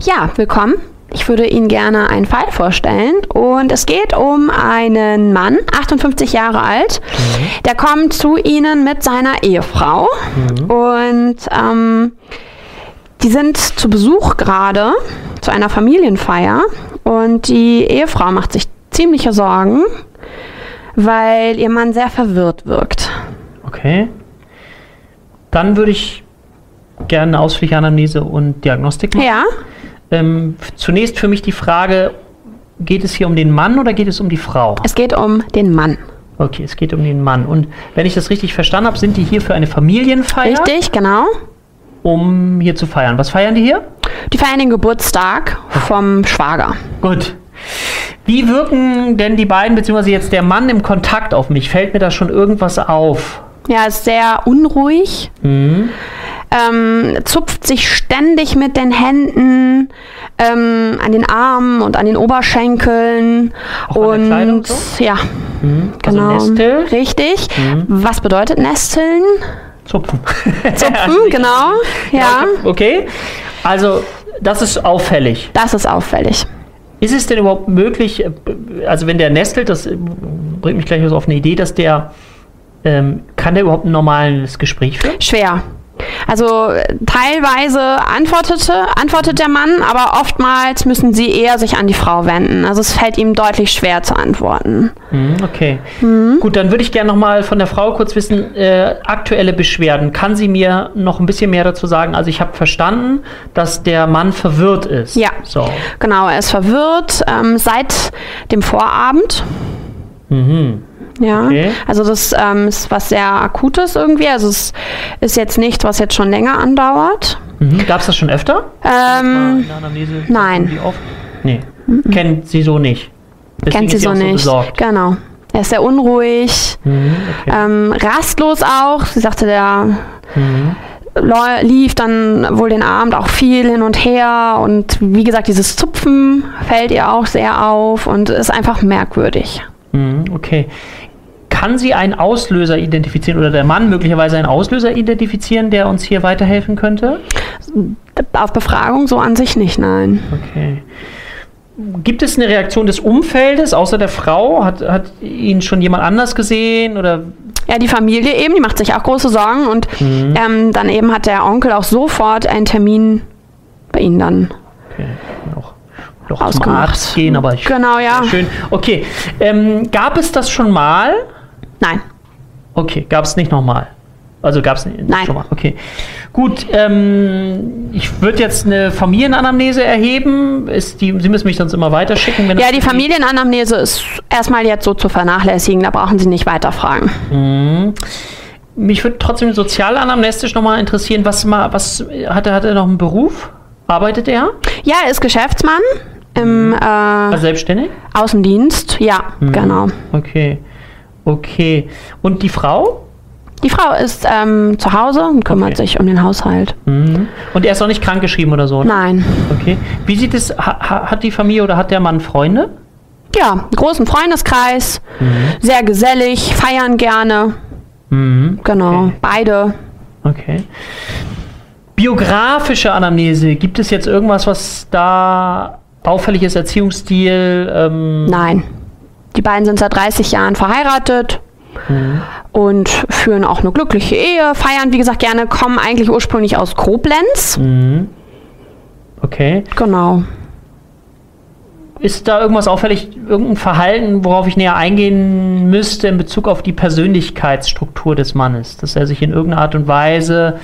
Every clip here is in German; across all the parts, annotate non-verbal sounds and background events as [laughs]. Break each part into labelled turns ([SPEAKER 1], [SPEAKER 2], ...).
[SPEAKER 1] Ja, willkommen. Ich würde Ihnen gerne einen Fall vorstellen. Und es geht um einen Mann, 58 Jahre alt. Der kommt zu Ihnen mit seiner Ehefrau. Und ähm, die sind zu Besuch gerade zu einer Familienfeier. Und die Ehefrau macht sich ziemliche Sorgen, weil ihr Mann sehr verwirrt wirkt.
[SPEAKER 2] Okay. Dann würde ich gerne eine ausführliche Anamnese und Diagnostik machen.
[SPEAKER 1] Ja,
[SPEAKER 2] Ähm, f- zunächst für mich die Frage, geht es hier um den Mann oder geht es um die Frau?
[SPEAKER 1] es geht um den Mann.
[SPEAKER 2] Okay, es geht um den Mann. Und wenn ich das richtig verstanden habe, sind die hier für eine Familienfeier,
[SPEAKER 1] Richtig, genau.
[SPEAKER 2] um hier zu feiern. Was feiern die hier?
[SPEAKER 1] Die feiern den Geburtstag vom Schwager.
[SPEAKER 2] Gut. Wie wirken denn die beiden, beziehungsweise jetzt der Mann im Kontakt auf mich? Fällt mir da schon irgendwas auf? Hm?
[SPEAKER 1] Ja, ist sehr unruhig, ähm, zupft sich ständig mit den Händen ähm, an den Armen und an den Oberschenkeln
[SPEAKER 2] Auch an der
[SPEAKER 1] und
[SPEAKER 2] Kleidung so?
[SPEAKER 1] ja,
[SPEAKER 2] Also Mhm.
[SPEAKER 1] genau,
[SPEAKER 2] Nestel,
[SPEAKER 1] richtig. Was bedeutet Nesteln?
[SPEAKER 2] zupfen. [laughs]
[SPEAKER 1] Zupfen, genau, ja,
[SPEAKER 2] Okay. Also, das ist auffällig.
[SPEAKER 1] das ist auffällig.
[SPEAKER 2] Ist es denn überhaupt möglich, äh, also wenn der nestelt, das äh, bringt mich gleich so auf eine Idee, dass der, ähm, kann der überhaupt ein normales Gespräch führen?
[SPEAKER 1] Schwer. Also äh, teilweise antwortete, antwortet der Mann, aber oftmals müssen sie eher sich an die Frau wenden. Also es fällt ihm deutlich schwer zu antworten.
[SPEAKER 2] Hm, Okay. Gut, dann würde ich gerne nochmal von der Frau kurz wissen, äh, aktuelle Beschwerden. Kann sie mir noch ein bisschen mehr dazu sagen? Also ich habe verstanden, dass der Mann verwirrt ist.
[SPEAKER 1] Ja.
[SPEAKER 2] So.
[SPEAKER 1] Genau, er ist verwirrt ähm, seit dem Vorabend. Ja,
[SPEAKER 2] Mhm. Okay.
[SPEAKER 1] also das ähm, ist was sehr Akutes irgendwie. Also es ist jetzt nichts, was jetzt schon länger andauert.
[SPEAKER 2] Mhm. Gab es das schon öfter?
[SPEAKER 1] Ähm,
[SPEAKER 2] In der Anamnese taucht
[SPEAKER 1] nein.
[SPEAKER 2] die auf? Nee. Kennt sie so nicht. Deswegen
[SPEAKER 1] kennt sie
[SPEAKER 2] ist
[SPEAKER 1] so
[SPEAKER 2] auch
[SPEAKER 1] nicht.
[SPEAKER 2] besorgt.
[SPEAKER 1] Genau. Er ist sehr unruhig,
[SPEAKER 2] Mhm, okay.
[SPEAKER 1] ähm, rastlos auch. Sie sagte, der Äh. lo- lief dann wohl den Abend auch viel hin und her. Und wie gesagt, dieses Zupfen fällt ihr auch sehr auf und ist einfach merkwürdig.
[SPEAKER 2] Mhm, Okay. Kann sie einen Auslöser identifizieren oder der Mann möglicherweise einen Auslöser identifizieren, der uns hier weiterhelfen könnte?
[SPEAKER 1] Auf Befragung so an sich nicht, nein.
[SPEAKER 2] Okay. Gibt es eine Reaktion des Umfeldes außer der Frau? Hat, hat ihn schon jemand anders gesehen oder
[SPEAKER 1] Ja, die Familie eben, die macht sich auch große Sorgen und
[SPEAKER 2] Mhm.
[SPEAKER 1] ähm, dann eben hat der Onkel auch sofort einen Termin bei ihnen dann.
[SPEAKER 2] okay, noch, noch zum
[SPEAKER 1] Ausgemacht.
[SPEAKER 2] Arzt gehen? Aber ich,
[SPEAKER 1] Genau, ja.
[SPEAKER 2] schön. Okay. Ähm, gab es das schon mal?
[SPEAKER 1] Nein,
[SPEAKER 2] Okay, gab es nicht nochmal. Also gab es nicht
[SPEAKER 1] Nein.
[SPEAKER 2] schon mal. Okay. Gut, ähm, ich würde jetzt eine Familienanamnese erheben. Ist die, Sie müssen mich sonst immer weiterschicken. Wenn
[SPEAKER 1] ja,
[SPEAKER 2] das-
[SPEAKER 1] die Familienanamnese ist erstmal jetzt so zu vernachlässigen, da brauchen Sie nicht weiter fragen.
[SPEAKER 2] Mhm. Mich würde trotzdem sozialanamnestisch nochmal interessieren, was, mal, was hat, er, hat er noch einen Beruf? Arbeitet er?
[SPEAKER 1] Ja, er ist Geschäftsmann im äh,
[SPEAKER 2] Also selbstständig? Mhm.
[SPEAKER 1] Außendienst, ja, genau.
[SPEAKER 2] Okay. Okay. Und die Frau?
[SPEAKER 1] Die Frau ist ähm, zu Hause und kümmert
[SPEAKER 2] Okay.
[SPEAKER 1] sich um den Haushalt.
[SPEAKER 2] Mhm. Und er ist noch nicht krankgeschrieben oder so? ne?
[SPEAKER 1] Nein.
[SPEAKER 2] Okay. Wie sieht es, ha, ha- hat die Familie oder hat der Mann Freunde?
[SPEAKER 1] Ja, großen Freundeskreis,
[SPEAKER 2] Mhm.
[SPEAKER 1] sehr gesellig, feiern gerne. Genau,
[SPEAKER 2] Okay.
[SPEAKER 1] beide.
[SPEAKER 2] Okay. Biografische Anamnese. Gibt es jetzt irgendwas, was da auffällig ist? Erziehungsstil? Ähm,
[SPEAKER 1] Nein. Die beiden sind seit 30 Jahren verheiratet
[SPEAKER 2] Mhm.
[SPEAKER 1] und führen auch eine glückliche Ehe, feiern, wie gesagt, gerne, kommen eigentlich ursprünglich aus Koblenz.
[SPEAKER 2] Mhm. okay.
[SPEAKER 1] Genau.
[SPEAKER 2] Ist da irgendwas auffällig, irgendein Verhalten, worauf ich näher eingehen müsste in Bezug auf die Persönlichkeitsstruktur des Mannes? Dass er sich in irgendeiner Art und Weise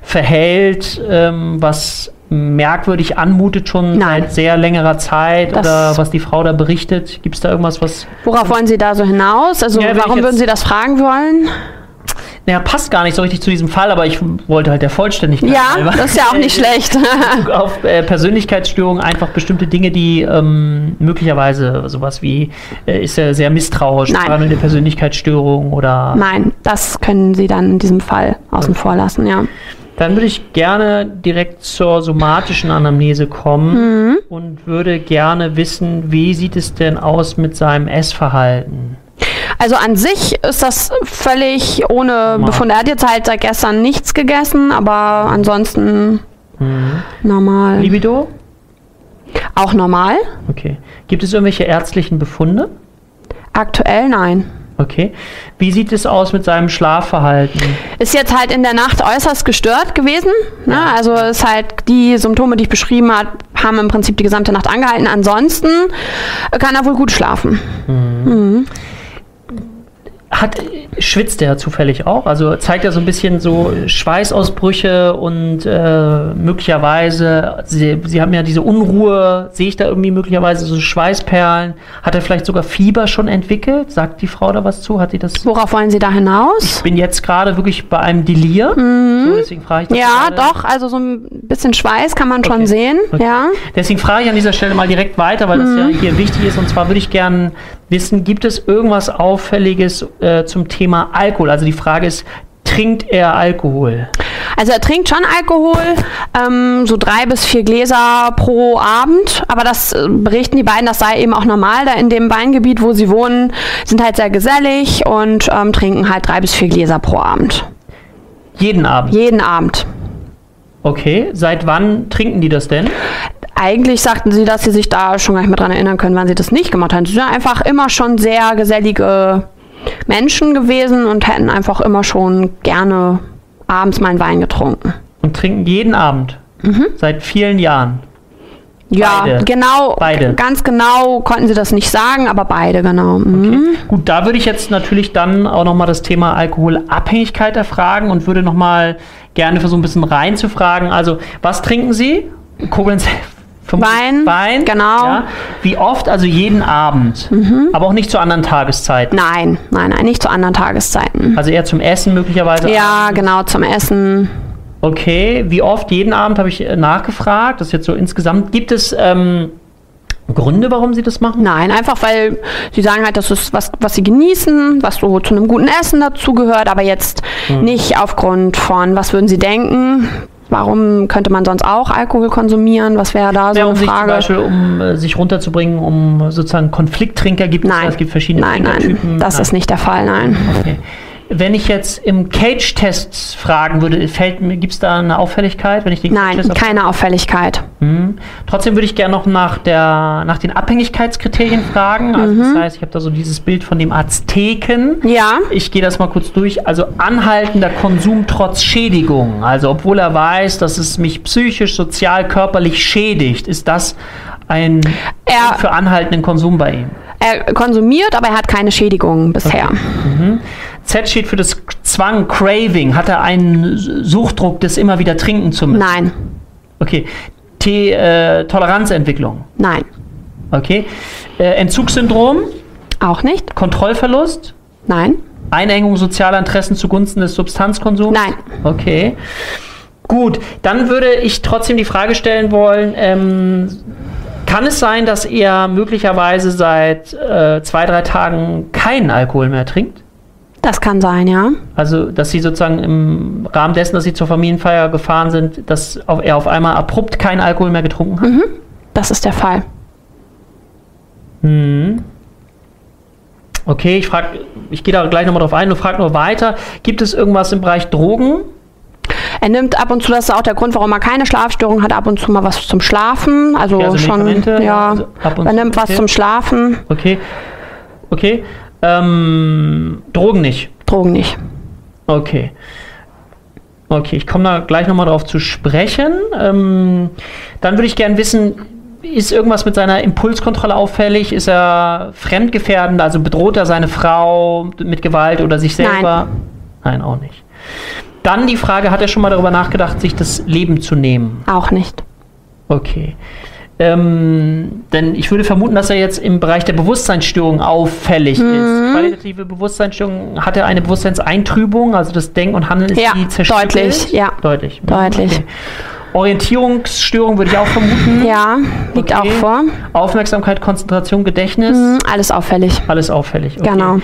[SPEAKER 2] verhält, ähm, was merkwürdig anmutet schon
[SPEAKER 1] Nein.
[SPEAKER 2] seit sehr längerer Zeit
[SPEAKER 1] Das-
[SPEAKER 2] oder was die Frau da berichtet? Gibt es da irgendwas, was
[SPEAKER 1] Worauf wollen Sie da so hinaus? Also,
[SPEAKER 2] Ja, wenn ich
[SPEAKER 1] warum
[SPEAKER 2] jetzt-
[SPEAKER 1] würden Sie das fragen wollen?
[SPEAKER 2] Naja, passt gar nicht so richtig zu diesem Fall, aber ich wollte halt der Vollständigkeit
[SPEAKER 1] Ja,
[SPEAKER 2] halber.
[SPEAKER 1] das ist ja auch
[SPEAKER 2] [laughs]
[SPEAKER 1] nicht schlecht. [laughs]
[SPEAKER 2] auf äh, Persönlichkeitsstörungen einfach bestimmte Dinge, die ähm, möglicherweise sowas wie äh, ist er sehr misstrauisch,
[SPEAKER 1] Nein.
[SPEAKER 2] eine Persönlichkeitsstörung oder
[SPEAKER 1] Nein, das können Sie dann in diesem Fall außen vor lassen, ja.
[SPEAKER 2] dann würde ich gerne direkt zur somatischen Anamnese kommen
[SPEAKER 1] Mhm.
[SPEAKER 2] und würde gerne wissen, wie sieht es denn aus mit seinem Essverhalten?
[SPEAKER 1] Also an sich ist das völlig ohne Befunde. Er hat jetzt halt seit gestern
[SPEAKER 2] Mhm.
[SPEAKER 1] nichts gegessen, aber ansonsten normal.
[SPEAKER 2] Libido?
[SPEAKER 1] Auch normal?
[SPEAKER 2] Okay. Gibt es irgendwelche ärztlichen Befunde?
[SPEAKER 1] Aktuell nein.
[SPEAKER 2] Okay. Wie sieht es aus mit seinem Schlafverhalten?
[SPEAKER 1] Ist jetzt halt in der Nacht äußerst gestört gewesen. Ne? Also ist halt die Symptome, die ich beschrieben habe, haben im Prinzip die gesamte Nacht angehalten. Ansonsten kann er wohl gut schlafen.
[SPEAKER 2] Hat, schwitzt er zufällig auch? Also zeigt er so ein bisschen so Schweißausbrüche und äh, möglicherweise, Sie, Sie haben ja diese Unruhe, sehe ich da irgendwie möglicherweise so Schweißperlen? Hat er vielleicht sogar Fieber schon entwickelt? Sagt die Frau da was zu? Hat die das?
[SPEAKER 1] Worauf wollen Sie da hinaus?
[SPEAKER 2] bin jetzt gerade wirklich bei einem Delir. So, deswegen frage ich das
[SPEAKER 1] Mhm. Ja,
[SPEAKER 2] gerade.
[SPEAKER 1] doch. Also so ein bisschen Schweiß kann man schon
[SPEAKER 2] Okay.
[SPEAKER 1] sehen.
[SPEAKER 2] Okay.
[SPEAKER 1] Ja.
[SPEAKER 2] Deswegen frage ich an dieser Stelle mal direkt weiter, weil
[SPEAKER 1] Mhm.
[SPEAKER 2] das ja hier wichtig ist. Und zwar würde ich gerne wissen, gibt es irgendwas Auffälliges äh, zum Thema Alkohol? Also die Frage ist, trinkt er Alkohol?
[SPEAKER 1] Also er trinkt schon Alkohol, ähm, so drei bis vier Gläser pro Abend. Aber das äh, berichten die beiden, das sei eben auch normal. Da in dem Weingebiet, wo sie wohnen, sind halt sehr gesellig und ähm, trinken halt drei bis vier Gläser pro Abend.
[SPEAKER 2] Jeden Abend.
[SPEAKER 1] Jeden Abend.
[SPEAKER 2] Okay, seit wann trinken die das denn?
[SPEAKER 1] Eigentlich sagten sie, dass sie sich da schon gar nicht mehr dran erinnern können, wann sie das nicht gemacht haben. Sie sind einfach immer schon sehr gesellige Menschen gewesen und hätten einfach immer schon gerne abends mal einen Wein getrunken.
[SPEAKER 2] Und trinken jeden Abend.
[SPEAKER 1] Mhm.
[SPEAKER 2] Seit vielen Jahren.
[SPEAKER 1] Ja,
[SPEAKER 2] Beide.
[SPEAKER 1] genau.
[SPEAKER 2] Beide.
[SPEAKER 1] Ganz genau konnten sie das nicht sagen, aber beide, genau. Mhm.
[SPEAKER 2] Gut, da würde ich jetzt natürlich dann auch nochmal das Thema Alkoholabhängigkeit erfragen und würde nochmal gerne versuchen, ein bisschen reinzufragen. Also, was trinken Sie? Koblenz. [laughs]
[SPEAKER 1] Wein,
[SPEAKER 2] Wein,
[SPEAKER 1] genau. Mhm.
[SPEAKER 2] Ja. Wie oft? Also jeden Abend. Aber auch nicht zu anderen Tageszeiten.
[SPEAKER 1] Nein, nein, nein, nicht zu anderen Tageszeiten.
[SPEAKER 2] Also eher zum Essen möglicherweise.
[SPEAKER 1] Ja, genau, zum Essen.
[SPEAKER 2] Okay, wie oft? Jeden Abend habe ich äh, nachgefragt. Das ist jetzt so insgesamt. Gibt es ähm, Gründe, warum Sie das machen?
[SPEAKER 1] Nein, einfach weil sie sagen halt, das ist was, was sie genießen, was so zu einem guten Essen dazugehört, aber jetzt
[SPEAKER 2] Mhm.
[SPEAKER 1] nicht aufgrund von, was würden sie denken, warum könnte man sonst auch Alkohol konsumieren, was wäre da so
[SPEAKER 2] Ja, um
[SPEAKER 1] eine
[SPEAKER 2] sich zum
[SPEAKER 1] Frage?
[SPEAKER 2] Beispiel, um äh, sich runterzubringen, um äh, sozusagen Konflikttrinker gibt es, ja,
[SPEAKER 1] Nein,
[SPEAKER 2] es gibt verschiedene
[SPEAKER 1] nein, nein,
[SPEAKER 2] Trinkertypen.
[SPEAKER 1] das
[SPEAKER 2] Nein.
[SPEAKER 1] ist nicht der Fall, nein.
[SPEAKER 2] Okay. Wenn ich jetzt im Cage-Test fragen würde, fällt mir, gibt es da eine Auffälligkeit, wenn ich den
[SPEAKER 1] Nein,
[SPEAKER 2] Cage-Test auf-
[SPEAKER 1] keine Auffälligkeit.
[SPEAKER 2] Hm. Trotzdem würde ich gerne noch nach, der, nach den Abhängigkeitskriterien fragen. Also Das
[SPEAKER 1] Mhm.
[SPEAKER 2] heißt, ich habe da so dieses Bild von dem Azteken.
[SPEAKER 1] Ja,
[SPEAKER 2] Ich gehe das mal kurz durch. Also anhaltender Konsum trotz Schädigung. Also obwohl er weiß, dass es mich psychisch, sozial, körperlich schädigt, ist das ein
[SPEAKER 1] Er-
[SPEAKER 2] Grund für anhaltenden Konsum bei ihm.
[SPEAKER 1] er konsumiert, aber er hat keine Schädigungen bisher.
[SPEAKER 2] Z steht für das Zwang, Craving. Hat er einen Suchdruck, das immer wieder trinken zu müssen?
[SPEAKER 1] Nein,
[SPEAKER 2] Okay. T, äh, Toleranzentwicklung.
[SPEAKER 1] nein,
[SPEAKER 2] Okay. Äh, Entzugssyndrom,
[SPEAKER 1] auch nicht.
[SPEAKER 2] Kontrollverlust,
[SPEAKER 1] Nein,
[SPEAKER 2] Einengung sozialer Interessen zugunsten des Substanzkonsums.
[SPEAKER 1] nein.
[SPEAKER 2] Okay. Gut, dann würde ich trotzdem die Frage stellen wollen, ähm, kann es sein, dass er möglicherweise seit äh, zwei, drei Tagen keinen Alkohol mehr trinkt?
[SPEAKER 1] Das kann sein, ja.
[SPEAKER 2] Also, dass sie sozusagen im Rahmen dessen, dass sie zur Familienfeier gefahren sind, dass auf, er auf einmal abrupt keinen Alkohol mehr getrunken hat.
[SPEAKER 1] Das ist der Fall.
[SPEAKER 2] Mhm. Okay, ich frage, ich gehe da gleich nochmal drauf ein und frage nur weiter. Gibt es irgendwas im Bereich Drogen?
[SPEAKER 1] Er nimmt ab und zu, das ist auch der Grund, warum er keine Schlafstörung hat, ab und zu mal was zum Schlafen. Also,
[SPEAKER 2] Okay, also
[SPEAKER 1] schon,
[SPEAKER 2] Medikamente,
[SPEAKER 1] ja.
[SPEAKER 2] also ab und
[SPEAKER 1] er
[SPEAKER 2] zu,
[SPEAKER 1] nimmt was
[SPEAKER 2] okay.
[SPEAKER 1] zum Schlafen,
[SPEAKER 2] Okay. Okay. Ähm, Drogen nicht.
[SPEAKER 1] Drogen nicht.
[SPEAKER 2] Okay. Okay, ich komme da gleich nochmal drauf zu sprechen. Ähm, dann würde ich gern wissen, ist irgendwas mit seiner Impulskontrolle auffällig? Ist er fremdgefährdend? Also bedroht er seine Frau mit Gewalt oder sich
[SPEAKER 1] Nein.
[SPEAKER 2] selber? Nein, auch nicht. Dann die Frage, hat er schon mal darüber nachgedacht, sich das Leben zu nehmen?
[SPEAKER 1] Auch nicht.
[SPEAKER 2] Okay. Ähm, denn ich würde vermuten, dass er jetzt im Bereich der Bewusstseinsstörung auffällig
[SPEAKER 1] Mhm.
[SPEAKER 2] ist. Qualitative Bewusstseinsstörung hat er eine Bewusstseinseintrübung, also das Denken und Handeln ist
[SPEAKER 1] Ja,
[SPEAKER 2] die zerstört.
[SPEAKER 1] deutlich, ja.
[SPEAKER 2] Deutlich. Mhm.
[SPEAKER 1] Deutlich.
[SPEAKER 2] Orientierungsstörung würde ich auch vermuten.
[SPEAKER 1] Ja, liegt
[SPEAKER 2] Okay.
[SPEAKER 1] auch vor.
[SPEAKER 2] Aufmerksamkeit, Konzentration, Gedächtnis,
[SPEAKER 1] Hm, Alles auffällig.
[SPEAKER 2] alles auffällig. Okay.
[SPEAKER 1] Genau.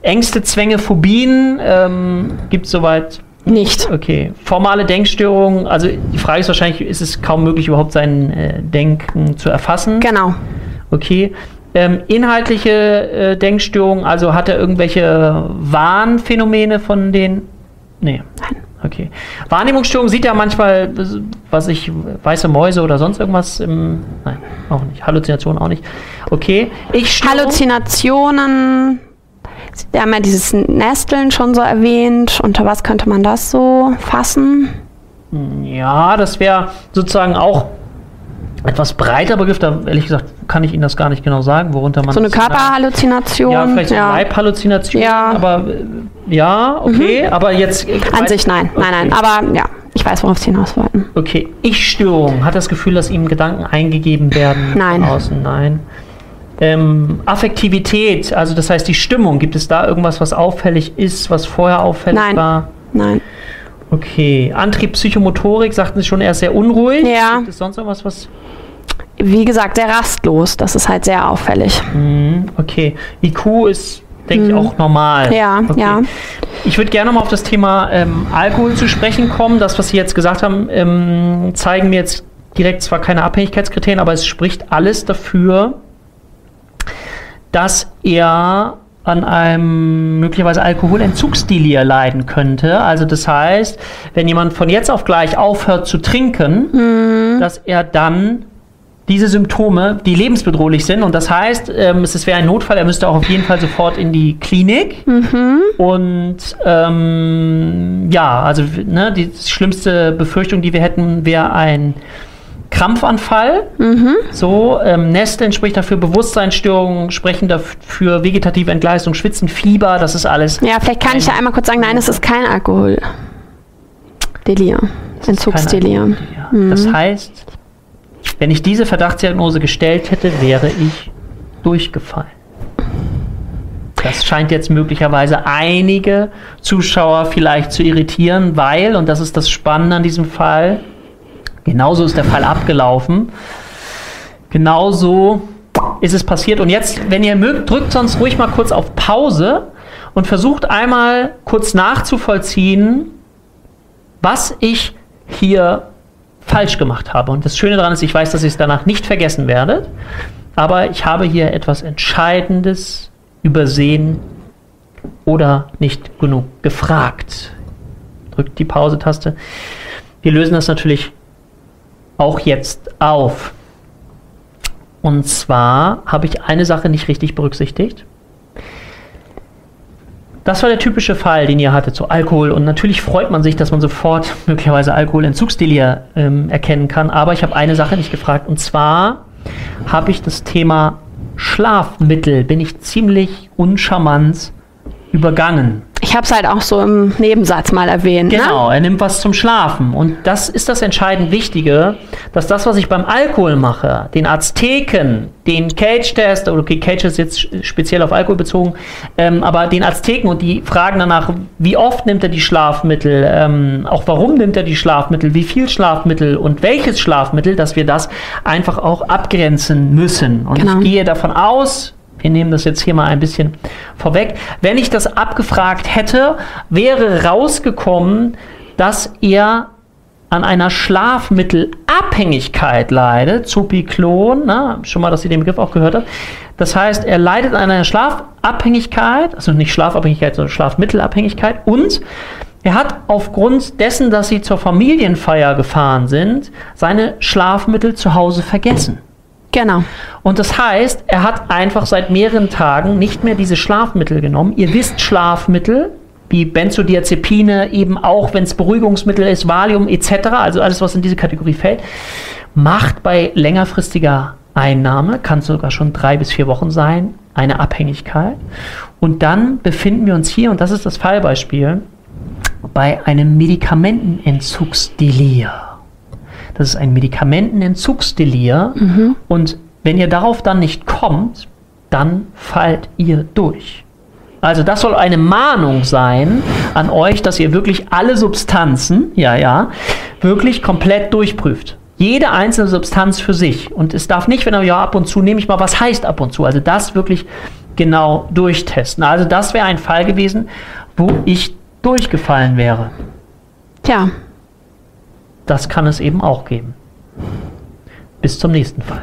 [SPEAKER 2] Ängste, Zwänge, Phobien ähm, gibt es soweit
[SPEAKER 1] Nicht.
[SPEAKER 2] Okay. Formale Denkstörung, also die Frage ist wahrscheinlich, ist es kaum möglich, überhaupt sein äh, Denken zu erfassen?
[SPEAKER 1] Genau.
[SPEAKER 2] Okay. Ähm, inhaltliche äh, Denkstörung, also hat er irgendwelche Wahnphänomene von den. Nee. Nein. Okay. Wahrnehmungsstörung sieht ja manchmal, was ich, weiße Mäuse oder sonst irgendwas im. Nein, auch nicht. Halluzinationen auch nicht. Okay. Ich
[SPEAKER 1] Halluzinationen. Wir haben ja dieses Nesteln schon so erwähnt. Unter was könnte man das so fassen?
[SPEAKER 2] Ja, das wäre sozusagen auch etwas breiter Begriff. Da ehrlich gesagt kann ich Ihnen das gar nicht genau sagen, worunter man.
[SPEAKER 1] So eine
[SPEAKER 2] das genau-
[SPEAKER 1] Körperhalluzination.
[SPEAKER 2] Ja, vielleicht so eine Leibhalluzination.
[SPEAKER 1] Ja. Mhm.
[SPEAKER 2] Aber äh, ja, okay. Aber jetzt.
[SPEAKER 1] An sich nein, nein, nein.
[SPEAKER 2] Okay.
[SPEAKER 1] Aber ja, ich weiß, worauf Sie hinaus wollten.
[SPEAKER 2] Okay, Ich-Störung hat das Gefühl, dass ihm Gedanken eingegeben werden.
[SPEAKER 1] Nein.
[SPEAKER 2] von Außen, nein. Ähm, Affektivität, also das heißt die Stimmung, gibt es da irgendwas, was auffällig ist, was vorher auffällig
[SPEAKER 1] Nein.
[SPEAKER 2] war?
[SPEAKER 1] Nein.
[SPEAKER 2] Okay, Antrieb, Psychomotorik, sagten Sie schon, er ist sehr unruhig.
[SPEAKER 1] Ja.
[SPEAKER 2] Gibt es sonst irgendwas, was.
[SPEAKER 1] Wie gesagt, sehr rastlos. Das ist halt sehr auffällig.
[SPEAKER 2] Hm, okay, IQ ist, denke ich, auch normal.
[SPEAKER 1] Mhm. Ja,
[SPEAKER 2] okay.
[SPEAKER 1] ja.
[SPEAKER 2] Ich würde gerne mal auf das Thema ähm, Alkohol zu sprechen kommen. Das, was Sie jetzt gesagt haben, ähm, zeigen mir jetzt direkt zwar keine Abhängigkeitskriterien, aber es spricht alles dafür, dass er an einem möglicherweise Alkoholentzugsdelir leiden könnte. Also das heißt, wenn jemand von jetzt auf gleich aufhört zu trinken,
[SPEAKER 1] Mhm.
[SPEAKER 2] dass er dann diese Symptome, die lebensbedrohlich sind, und das heißt, ähm, es ist- wäre ein Notfall, er müsste auch auf jeden Fall sofort in die Klinik. Und ähm, ja, also ne, die schlimmste Befürchtung, die wir hätten, wäre ein Krampfanfall. So, ähm, Nesteln spricht dafür, Bewusstseinsstörungen sprechen dafür, vegetative Entgleisung, Schwitzen, Fieber, das ist alles
[SPEAKER 1] Ja, vielleicht kann ich ja einmal kurz sagen, nein, es ist kein Alkohol. Delir. Entzugsdelir.
[SPEAKER 2] Ja. Das heißt, wenn ich diese Verdachtsdiagnose gestellt hätte, wäre ich durchgefallen. Das scheint jetzt möglicherweise einige Zuschauer vielleicht zu irritieren, weil, und das ist das Spannende an diesem Fall, genauso ist der Fall abgelaufen. Genauso ist es passiert. Und jetzt, wenn ihr mögt, drückt sonst ruhig mal kurz auf Pause und versucht einmal kurz nachzuvollziehen, was ich hier falsch gemacht habe. Und das Schöne daran ist, ich weiß, dass ich es danach nicht vergessen werde, aber ich habe hier etwas Entscheidendes übersehen oder nicht genug gefragt. Drückt die Pause-Taste. Wir lösen das natürlich auch jetzt auf. Und zwar habe ich eine Sache nicht richtig berücksichtigt. Das war der typische Fall, den ihr hattet, so Alkohol. Und natürlich freut man sich, dass man sofort möglicherweise Alkoholentzugsdelir ähm, erkennen kann. Aber ich habe eine Sache nicht gefragt. Und zwar habe ich das Thema Schlafmittel, bin ich ziemlich uncharmant übergangen.
[SPEAKER 1] Ich habe es halt auch so im Nebensatz mal erwähnt. Ne?
[SPEAKER 2] Genau, er nimmt was zum Schlafen. Und das ist das entscheidend Wichtige, dass das, was ich beim Alkohol mache, den Azteken, den Cage-Test, okay, Cage ist jetzt speziell auf Alkohol bezogen, ähm, aber den Azteken und die fragen danach, wie oft nimmt er die Schlafmittel, ähm, auch warum nimmt er die Schlafmittel, wie viel Schlafmittel und welches Schlafmittel, dass wir das einfach auch abgrenzen müssen. Und
[SPEAKER 1] Genau.
[SPEAKER 2] ich gehe davon aus, wir nehmen das jetzt hier mal ein bisschen vorweg. Wenn ich das abgefragt hätte, wäre rausgekommen, dass er an einer Schlafmittelabhängigkeit leidet, Zupiklon, na, schon mal, dass ihr den Begriff auch gehört habt. Das heißt, er leidet an einer Schlafabhängigkeit, also nicht Schlafabhängigkeit, sondern Schlafmittelabhängigkeit und er hat aufgrund dessen, dass sie zur Familienfeier gefahren sind, seine Schlafmittel zu Hause vergessen.
[SPEAKER 1] Genau.
[SPEAKER 2] Und das heißt, er hat einfach seit mehreren Tagen nicht mehr diese Schlafmittel genommen. Ihr wisst, Schlafmittel wie Benzodiazepine, eben auch wenn es Beruhigungsmittel ist, Valium etc., also alles, was in diese Kategorie fällt, macht bei längerfristiger Einnahme, kann sogar schon drei bis vier Wochen sein, eine Abhängigkeit. Und dann befinden wir uns hier, und das ist das Fallbeispiel, bei einem Medikamentenentzugsdelir. Das ist ein Medikamentenentzugsdelir. Und wenn ihr darauf dann nicht kommt, dann fallt ihr durch. Also das soll eine Mahnung sein an euch, dass ihr wirklich alle Substanzen, ja, ja, wirklich komplett durchprüft. Jede einzelne Substanz für sich. Und es darf nicht, wenn er ja ab und zu nehme ich mal, was heißt ab und zu? Also das wirklich genau durchtesten. Also das wäre ein Fall gewesen, wo ich durchgefallen wäre.
[SPEAKER 1] Tja,
[SPEAKER 2] Das kann es eben auch geben. Bis zum nächsten Fall.